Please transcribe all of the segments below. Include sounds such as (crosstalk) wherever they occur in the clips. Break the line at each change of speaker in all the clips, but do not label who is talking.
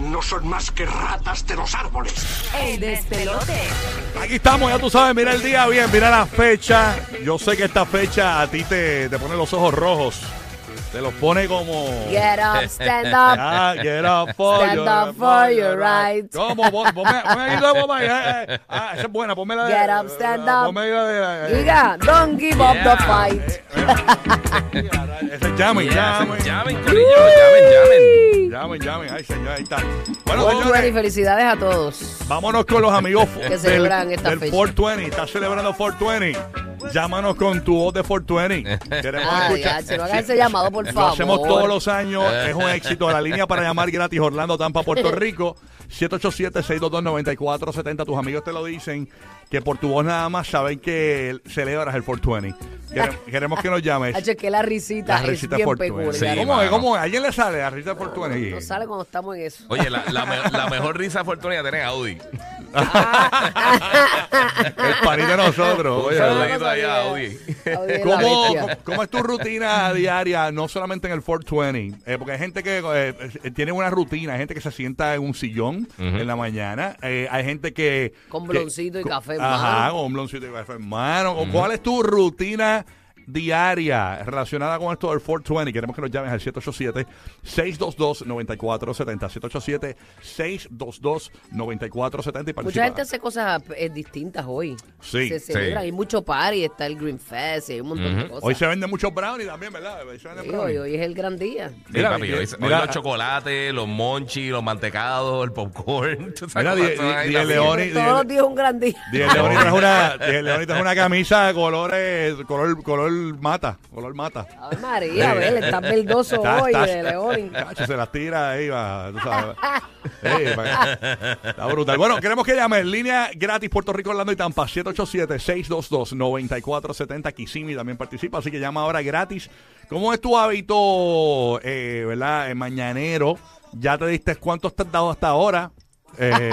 no son más que ratas de los árboles.
El despelote.
Aquí estamos, ya tú sabes, mira el día bien, mira la fecha. Yo sé que esta fecha a ti te, te pone los ojos rojos. Te los pone como.
Get up, stand up.
(laughs) Ah, get up for
Stand
your-
up for your right.
¿Cómo? Pon- Ponme,
(laughs)
ponme ahí la de Bob Marley, eh, eh. Ah, esa es buena, ponme la de. ah,
Get up, stand up.
Ponme ahí la de. la- eh,
Diga, don't give up the
Yeah.
fight.
eh. Ese es llamen, llamen.
Llamen, corillo, llamen, llamen.
Llamen, llamen. Ay, señor, ahí está. Bueno,
Oh, bueno, y
señores,
felicidades a todos.
vámonos con los amigos del,
celebran esta
del
fecha.
420. Está celebrando 420. Llámanos con tu voz de 420. Queremos
Ay,
escuchar.
ya, si no hagas ese llamado, por favor.
Lo hacemos todos los años, es un éxito. La línea para llamar gratis Orlando Tampa
(laughs)
Puerto Rico 787-622-9470. Tus amigos te lo dicen que por tu voz nada más saben que celebras el 420.
(laughs)
Quere- Queremos que nos llames.
Hacho, que la risita
La risita
es bien
420.
peculiar.
Sí,
¿Cómo, es?
mano.
¿Cómo? es? ¿A quién le sale la risita 420?
No sale cuando estamos en eso.
Oye, la, la, me- la mejor risa fortuna tiene Audi.
El parí de nosotros. oye.
Un
no
saludito ahí a
sabía.
Audi.
Oye, Eh, la
¿Cómo,
bestia.
cómo- cómo es tu rutina diaria, no solamente en el 420? Eh, porque hay gente que eh, eh, tiene una rutina, hay gente que se sienta en un sillón en la mañana, eh, hay gente que...
Con
que-
bloncito y
co-
café en
Ajá,
mano.
con bloncito y café en mano. ¿O ¿Cuál es tu rutina diaria relacionada con esto del 420? Queremos que nos llames al 787-622-9470. 787-622-9470 y
Mucha
participa.
gente hace cosas eh, distintas hoy.
Sí,
se
sí.
celebran. Hay mucho party, está el Green Fest, y hay un montón de cosas.
Hoy se venden muchos brownies también, ¿verdad? Hoy se venden
Sí,
brownies.
hoy, hoy es el gran día.
Sí,
Mira,
papi, hoy, hoy
mira,
los chocolates, los monchis, los mantecados, el popcorn. (laughs) ¿tú sabes
Mira,
cuántas
die-
cosas hay
die- die- Leoni-
también?
Todos los días es un gran día.
Diez Leonita es una, Diez Leonita es una camisa de colores, color, color mata, color mata.
Ay, María, a ver, está verdoso
Está-
hoy
está-
de León.
Cacho, se las tira ahí, va, tú
(laughs)
sabes. Ey, va, está brutal. Bueno, queremos que llamen. Línea gratis Puerto Rico, Orlando y Tampa, 787-622-9470. Kisimi también participa, así que llama ahora gratis. ¿Cómo es tu hábito, eh, verdad, eh, mañanero? ¿Ya te diste cuántos te has dado hasta ahora? Eh,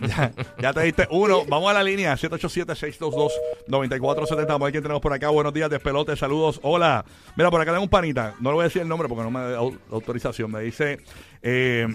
ya, ya te diste uno. Vamos a la línea, 787-622-9470. Vamos a ver quién tenemos por acá. Buenos días, despelote, saludos. Hola. Mira, por acá tengo un panita. No le voy a decir el nombre porque no me da au- autorización. Me dice... eh,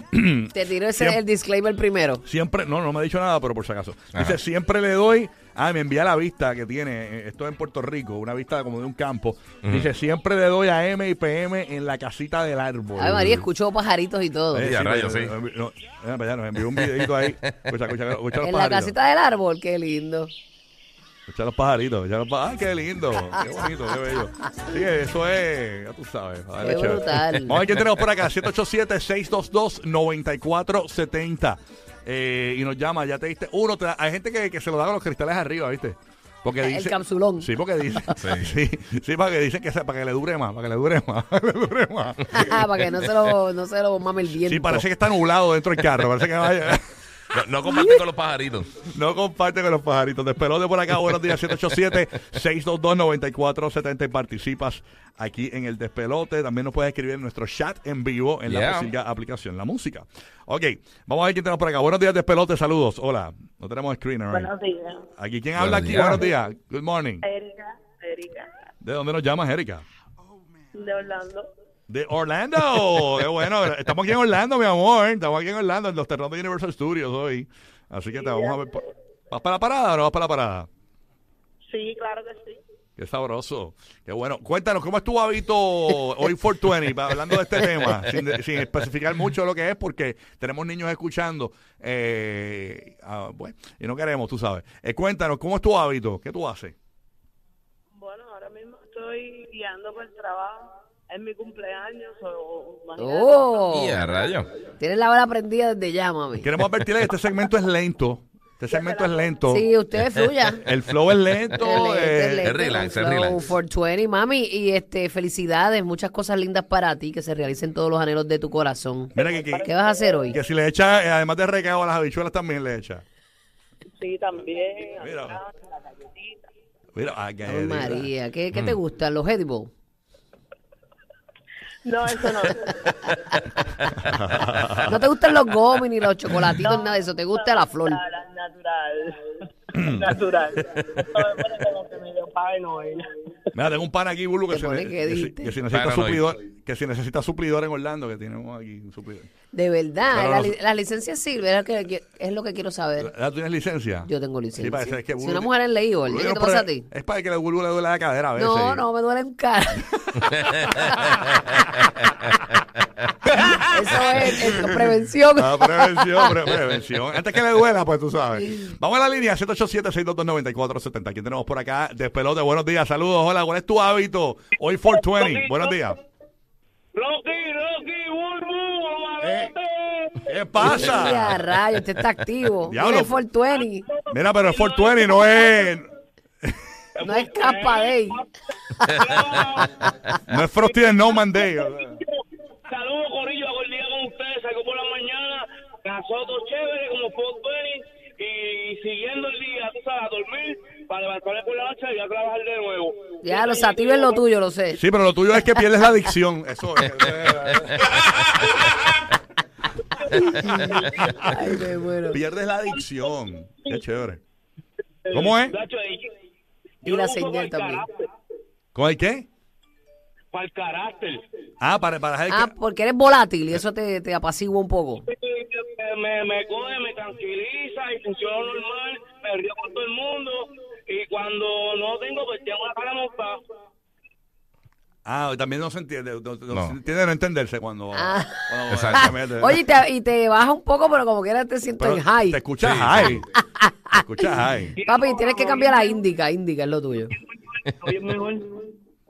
Te tiro ese
Siempre-
el disclaimer primero.
Siempre, no, no me ha dicho nada, pero por si acaso. Dice,
Ajá.
siempre le doy, ah, me envía la vista que tiene, eh, esto es en Puerto Rico, una vista como de un campo. Dice, siempre le doy a M y PM en la casita del árbol.
Ay, María, escuchó pajaritos y todo.
Eh,
Sí, a rayos,
pero- no, eh, pero ya nos envió un videito ahí. Pues, Escucha, escucha, escucha los
en la
pajaritos.
casita del árbol, qué lindo. (laughs)
Escucha los pajaritos. escucha los pa- Ay, qué lindo. Qué bonito, qué bello. Sí, eso es, ya tú sabes. A ver,
Qué
chévere.
brutal.
Vamos a ver quién tenemos por acá. 787-622-9470. Eh, y nos llama, ya te diste uno. te da- hay gente que, que se lo da con los cristales arriba, ¿viste? Porque
El
dice,
capsulón.
Sí, porque dice.
Sí.
(laughs) sí, sí, para que dicen que se- para que le dure más, para que le dure más, (laughs) para que le dure más.
Ah, Para que no se lo, no se lo mame el viento.
Sí, parece que está nublado dentro del carro. Parece que vaya.
No, no comparte con los pajaritos.
No comparte con los pajaritos. Despelote por acá. Buenos días, 787-622-9470. y Participas aquí en el despelote. También nos puedes escribir en nuestro chat en vivo en la
Yeah.
música, aplicación La Música. Ok, vamos a ver quién tenemos por acá. Buenos días, despelote. Saludos. Hola. No tenemos screener. right?
Buenos días, Eh.
Aquí, ¿quién habla aquí?
Buenos
Buenos días. Good morning.
Erika, Erika,
¿De dónde nos llamas, Erika?
de Orlando.
De Orlando. (laughs) Qué bueno. Estamos aquí en Orlando, mi amor. Estamos aquí en Orlando, en los terrenos de Universal Studios hoy. Así que te vamos a ver. por- ¿Vas para la parada o no vas para la parada?
Sí, claro que sí.
Qué sabroso. Qué bueno. Cuéntanos, ¿cómo es tu hábito hoy 420? pa- Hablando de este tema, sin, de- sin especificar mucho lo que es, porque tenemos niños escuchando. eh, ah, bueno, y no queremos, tú sabes. Eh, cuéntanos, ¿cómo es tu hábito? ¿Qué tú haces?
Bueno, ahora mismo estoy guiando por el trabajo. Es mi cumpleaños o
Oh,
Y a (laughs) rayo.
tienes la hora prendida desde ya, mami.
Queremos advertirles que este segmento es lento. Este segmento es lento.
Sí, usted
(laughs)
fluya.
El flow es
(laughs)
lento. eh,
Excelente,
es relax,
con
es relax.
Flow 420, mami, y este felicidades, muchas cosas lindas para ti, que se realicen todos los anhelos de tu corazón.
Mira que, que-
¿Qué vas a hacer hoy?
que si le echa, eh, además de recado a las habichuelas, también le echa.
Sí, también.
Mira.
acá, La galletita.
Mira, ah, qué
Ay,
rica.
María, ¿qué, qué
Mm.
te gustan
(laughs)
los edibles?
No,
(laughs)
eso no.
¿No te gustan los gomis ni los chocolatitos, nada de eso? ¿Te gusta la flor?
Natural, natural. natural. No me pone como que me dio pay, no, eh.
Mira, tengo un pan aquí, Bulu, que,
Te
se-
pone que
que si-
dijiste.
que si necesita
Paranoico.
suplidor, que si necesita suplidor en Orlando, que tenemos aquí un suplidor.
De verdad, eh,
Pero
la,
no-
li- la licencia sirve, es lo que, qui- es lo que quiero saber.
¿La- ¿Tú tienes licencia?
Yo tengo licencia.
Sí, parece que
Si
Bulu
una
ti-
mujer es leíble,
Bulu
¿qué
tiene
te
un
pasa a
problema-
ti?
Es para que la Bulu le duele la cadera a veces. Ah,
No, no, me duele en cara.
(laughs)
Eso es, es prevención.
Ah,
(laughs)
prevención, pre- prevención. Antes que le duela, pues tú
(laughs)
sabes. Vamos a la línea 787-622-9470. Aquí tenemos por acá Despelote. Buenos días, saludos. Hola, ¿cuál es tu hábito? Hoy 420. Buenos días.
Rocky, Rocky, Burbu,
Eh. ¿Qué pasa?
Ya, rayo, usted está activo.
(laughs) Diablo.
Mire, 420.
Mira, pero es 420, no es,
No es capa de ahí.
no es Frosty de No Man Day. o sea.
Saludos, Corillo, hago el día con ustedes, salgo por la mañana, nosotros chévere como Fort Benny y siguiendo el día, tú sabes, a dormir, para levantarme por la noche y a trabajar de nuevo.
Ya, los sativos es lo tuyo, lo sé.
Sí, pero lo tuyo es que pierdes la adicción. Eso es.
Ay, me muero.
Pierdes la adicción. Qué chévere. ¿Cómo es?
Eh, Nacho, y-
Y
yo
la
lo uso
señal
para el
también.
carácter,
¿Con el qué?
Para el carácter.
Ah, para, para el
Ah, porque eres volátil y eso te, te apacigua un poco.
me, me coge, me tranquiliza y funciona normal, me río con todo el mundo y cuando no tengo, pues tengo la cara montada.
Ah, también no se entiende. No, no
No.
se entiende no entenderse cuando.
Ah.
cuando- este-
Exactamente.
(laughs) Oye, y te, y te baja un poco, pero como quiera te siento
Pero
en high.
Te escuchas
Sí.
high. Te escuchas high.
Papi, tienes que cambiar a índica. Índica es lo tuyo.
Oye, es mejor.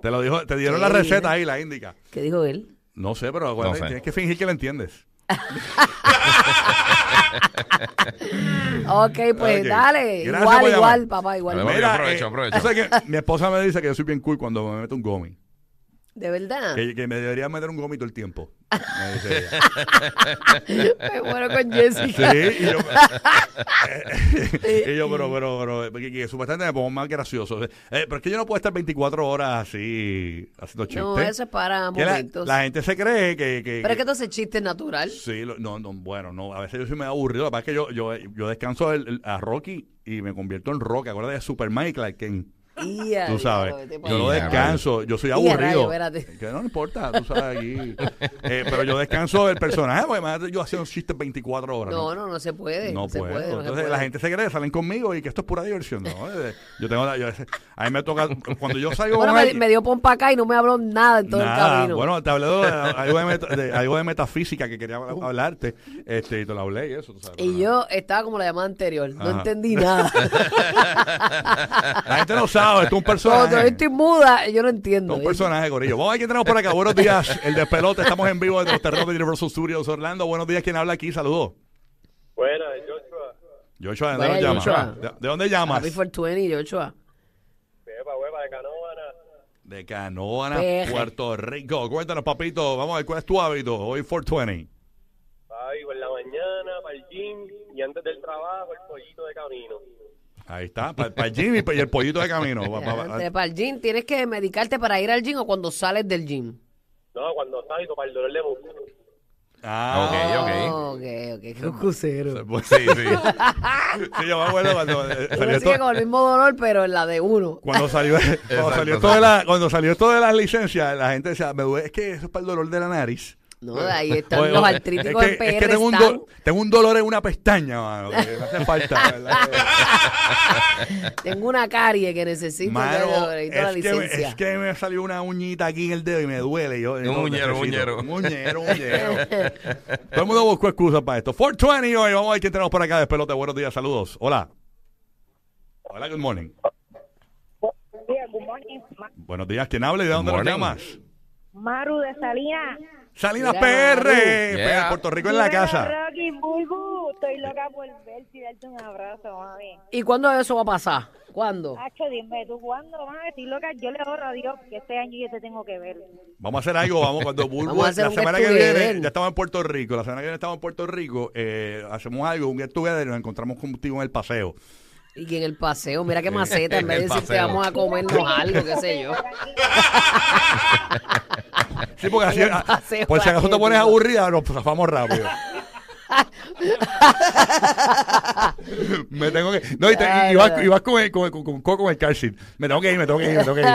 Te lo dijo, te dieron la
Sí.
receta ahí, la indica.
¿Qué dijo él?
No sé, pero acuérdate,
No sé.
tienes que fingir que la entiendes.
Ok, pues
Ok.
dale.
Gracias
igual,
por
igual,
llamar.
papá, igual.
Bueno, aprovecho, aprovecho.
o sea que eh, mi esposa me dice que yo soy bien cool cuando me meto un gomi.
De verdad.
Que, que me debería meter un gomi todo el tiempo. Me dice ella.
Me muero con Jessica.
Sí, y yo, (laughs) y yo, pero, pero, pero, porque que supuestamente me pongo más gracioso. Eh, pero es que yo no puedo estar 24 horas así haciendo chistes.
No, eso es para
Que la,
momentos.
la gente se cree que... que-
Pero es que
que-
entonces chiste es natural.
Sí, lo- no, no, bueno, no, a veces yo sí me aburrido. La verdad es que yo, yo, yo descanso el- el- a Rocky y me convierto en Rocky. Acuérdate de Superman y Clark Kent.
Y a
Tú
diablo,
sabes,
vete pa'
yo no
ahí.
descanso, yo soy
Y a rayos,
aburrido.
espérate.
Que no importa, tú sabes aquí. Eh, pero yo descanso del personaje, porque imagínate yo haciendo chistes 24 horas.
No, no, no se puede.
No
No, se
puedo.
puede. no se
Entonces
puede.
la gente se cree, salen conmigo y que esto es pura diversión. No, eh, yo tengo la. yo- a mí me toca. Cuando yo salgo.
Bueno,
con
me,
alguien-
me dio pompa acá y no me habló nada en todo el
Nada.
camino.
Bueno, te hablé de algo de, meta- de- algo de metafísica que quería hablarte. Este, y te lo hablé y eso, tú sabes.
Uh. y yo estaba como la llamada anterior. No
Ajá. (laughs)
entendí nada.
La gente no sabe, esto es un
Cuando
personaje.
todavía estoy muda, yo no eh,
No,
entiendo.
un personaje, Corillo. Vamos a ver quién tenemos por acá. Buenos días, el despelote. Estamos en vivo desde los terrenos de Universal Studios Orlando. Buenos días, ¿quién habla aquí? Saludos.
Bueno, Joshua,
Joshua, ¿de
Buenas,
dónde llamas?
Joshua.
¿De, de dónde llamas?
Happy for 20, Joshua.
hueva, hueva de canóvana.
De Canoana,
Peje.
Puerto Rico. Cuéntanos, papito. Vamos a ver cuál es tu hábito. Hoy 420.
Ay, por la mañana, para el gym y antes del trabajo, el pollito de camino.
Ahí está. Para el Jimmy y el pollito de camino.
(laughs)
Va- va- va-
Antes, Para el gym, tienes que medicarte para ir al gym o cuando sales del gym.
No, cuando salgo para el dolor de músculo.
Ah,
Ok,
ok, ok. Qué crucero.
Pues,
Sí, sí.
sí, yo me acuerdo cuando eh, salió
Uno sigue
esto.
con el mismo dolor, pero en la de uno.
Cuando salió, cuando, salió
Exacto,
esto de
exacto.
la, cuando salió esto de las licencias, la gente decía, me duele, es que eso es para el dolor de la nariz.
No, de ahí están
Oye,
los
oye,
artríticos
pues, es
en
que,
PR.
es que tengo, un
están-
do- tengo un dolor en una pestaña, mano, que me hace falta,
(laughs)
¿verdad?
Tengo una carie que necesito.
Mano,
ya, necesito la
es, que me,
licencia.
es que me salió una uñita aquí en el dedo y me duele. Yo, yo
uñero,
necesito-
uñero.
Un uñero, un uñero.
(laughs)
Todo el mundo buscó excusas para esto. 420 hoy, vamos a ver quién tenemos por acá de pelote. Buenos días, saludos. Hola. Hola, good morning.
Good morning. Ma-
Buenos días, ¿quién habla y de dónde nos
Morning.
llamas?
Maru de Salina.
Salinas
Mira,
PR,
Maru.
PR, Puerto Rico en la
Dímelo,
casa.
Rocky Bulbu. Estoy loca por verte y darte un abrazo, mami.
¿Y cuándo eso va a pasar? ¿Cuándo?
Hacho, dime tú cuándo, mami. Estoy loca. Yo le ahorro a Dios que este año yo te tengo que ver.
Vamos a hacer algo, vamos
(laughs)
cuando Bulbo,
Vamos a hacer
la
un
semana
get
que viene,
together.
ya estamos en Puerto Rico, la semana que viene estamos en Puerto Rico, eh, hacemos algo, un get together y nos encontramos contigo en el paseo.
Y que en el paseo,
Eh,
mira qué maceta, en
En
vez de
el
decirte
paseo.
vamos a
(laughs)
comernos algo, qué sé yo.
Sí, porque así,
En el
ah, por ah,
paseo (laughs)
pues si acaso te
aquí,
pones
digo. (laughs)
aburrida, nos zafamos rápido. me tengo que. No, y, te- y- y vas, y vas con, el- con, con- con Coco en el car seat. Me tengo que ir, me tengo que ir, me tengo que ir.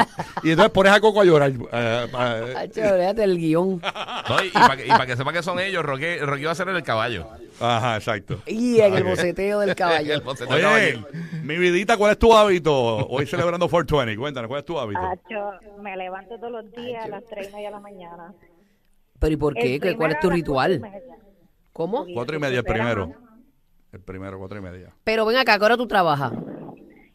Y entonces pones a Coco a llorar. ah, ah,
Hacho, olvídate del guión.
No, y para que, y pa' que sepa que son ellos, Rocky, Rocky va a ser el caballo.
ajá, exacto.
Y en el
Ok.
boceteo
(laughs)
del
El
caballo.
boceteo del
Oye,
caballero.
mi vidita, ¿cuál es tu hábito? Hoy celebrando 420. Cuéntanos, ¿cuál es tu hábito?
Ah,
Acho, me levanto todos los días a las 3 y media de la mañana.
Pero ¿y por qué?
El
¿Qué- ¿Cuál
primero
es
a las cuatro
tu
y
ritual?
media.
¿Cómo?
Cuatro y media el primero. El primero, cuatro y media.
Pero ven acá, ¿a qué hora tú trabajas?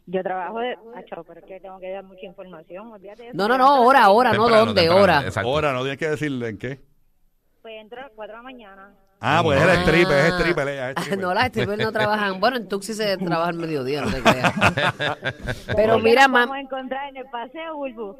Yo trabajo de... Acho, pero es que tengo que dar mucha información, olvídate de eso.
No, no, no, hora, hora, no
Temprano,
dónde,
temprano,
hora.
exacto. (laughs)
Ahora, no tienes que decirle en qué.
Pues entro a las 4 de la mañana.
Ah, pues es el stripper, es el
Ah.
stripper, ella es stripper.
(laughs) No, las strippers no trabajan. Bueno, en Tuxi se trabaja al mediodía, no te creas.
(laughs)
Pero mira,
más
mam,
Vamos a encontrar en el paseo, Bulbu.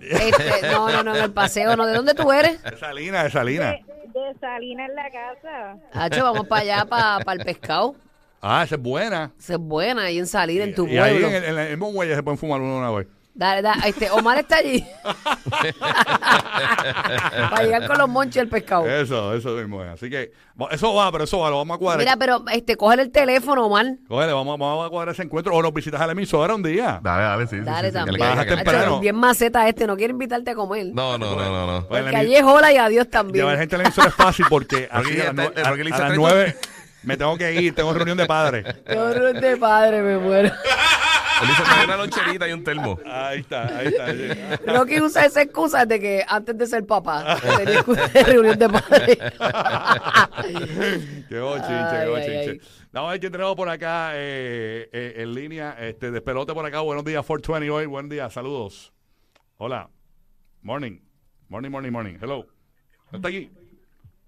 este, no, no, no, en el paseo, no. ¿De dónde tú eres?
Es Salina, es Salina.
De, de Salina en la casa.
Hacho, vamos para allá, para el pescado.
Ah, esa es buena.
Esa es buena, ahí en salir, en tu
Y ahí
pueblo.
en el, en el mismo muelle se pueden fumar uno una vez.
Dale, dale, este, Omar
(laughs)
está allí. para llegar con los monches del pescado.
Eso, eso mismo es. Así que, va- eso va, pero eso va, lo vamos a cuadrar.
Mira, pero este, cógele el teléfono, Omar.
Cógele, vamos, vamos a cuadrar ese encuentro. O nos visitas a la emisora un día.
Dale, dale, sí. sí,
Dale
sí, sí, que le
también.
caiga,
Baja
que le
Hacho,
caiga.
temprano.
Bien maceta este, no quiere invitarte a comer.
No, no, no, no. no.
Pues,
Porque
la
allí es hola y adiós también.
Llevar gente a la emisora es fácil (laughs) porque
Rocky
así a las
está-
nue-
eh, Rocky le
a-
hizo
a las
tres-
nueve me tengo que ir, tengo reunión de padres.
Qué horror de padre, me muero.
Él hizo como una loncherita y un termo.
(laughs) Ahí está, ahí está.
Rocky usa esa excusa de que antes de ser
(laughs)
papá tenía excusa de reunión de padre.
qué bochinche, qué
Ay, ay,
bochinche.
ay.
Vamos a ver quién tenemos por acá eh, eh, en línea. Este, despelote por acá. Buenos días, 420 hoy. Buen día, saludos. Hola. Morning. Morning, morning, morning. Hello. ¿No está aquí?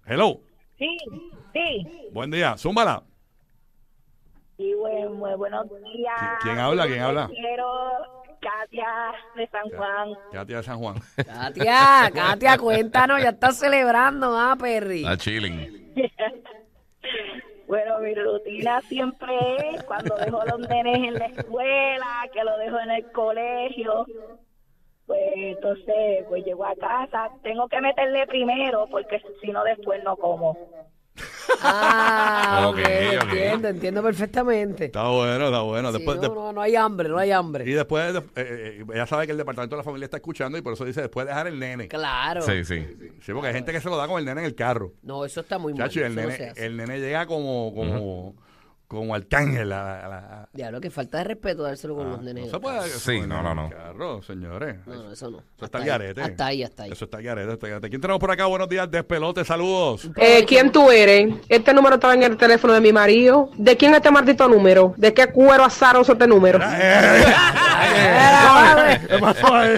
Hello.
Sí, sí.
Buen día. Zúmbala.
Y buen- muy buenos días.
¿Qui- quién habla? ¿Quién habla?
Quiero Katia de San Juan.
Quédate de San Juan.
Katia, Katia, cuéntanos, ya estás celebrando, ah, Perry.
Está chilling.
Bueno, mi rutina siempre es cuando dejo a los nenes en la escuela, que lo dejo en el colegio. Pues entonces, pues llego a casa. Tengo que meterle primero, porque si no, después Pues no como.
Ah, ok,
Ok, ok.
entiendo, entiendo perfectamente.
Está bueno, está bueno.
Sí,
Después,
no,
de-
no, no hay hambre, no hay
Y
hambre.
después, eh, eh, ella sabe que el departamento de la familia está escuchando y por eso dice después dejar el nene.
Claro.
Sí, sí.
Sí, porque hay gente que se lo da con el nene en el carro.
No, eso está muy mal.
Chacho, y el
eso no se
nene,
hace.
el nene llega como, como, como arcángel a la- a la-
Diablo, que falta de respeto dárselo con los
a-
nenes.
Ah, No se puede.
Sí,
con
no,
el
no, no.
Carro, señores.
No, no, eso no.
Eso está
Hasta
el
ahí,
garete.
Hasta ahí, hasta ahí.
Eso está el garete, está el garete. ¿Quién tenemos por acá? Buenos días, despelote,
(laughs)
saludos.
Eh, ¿Quién tú eres? Este número estaba en el teléfono de mi marido. ¿De quién este maldito número? ¿De qué cuero azaroso este número?
(laughs)
Ah,
¿Qué pasó ahí?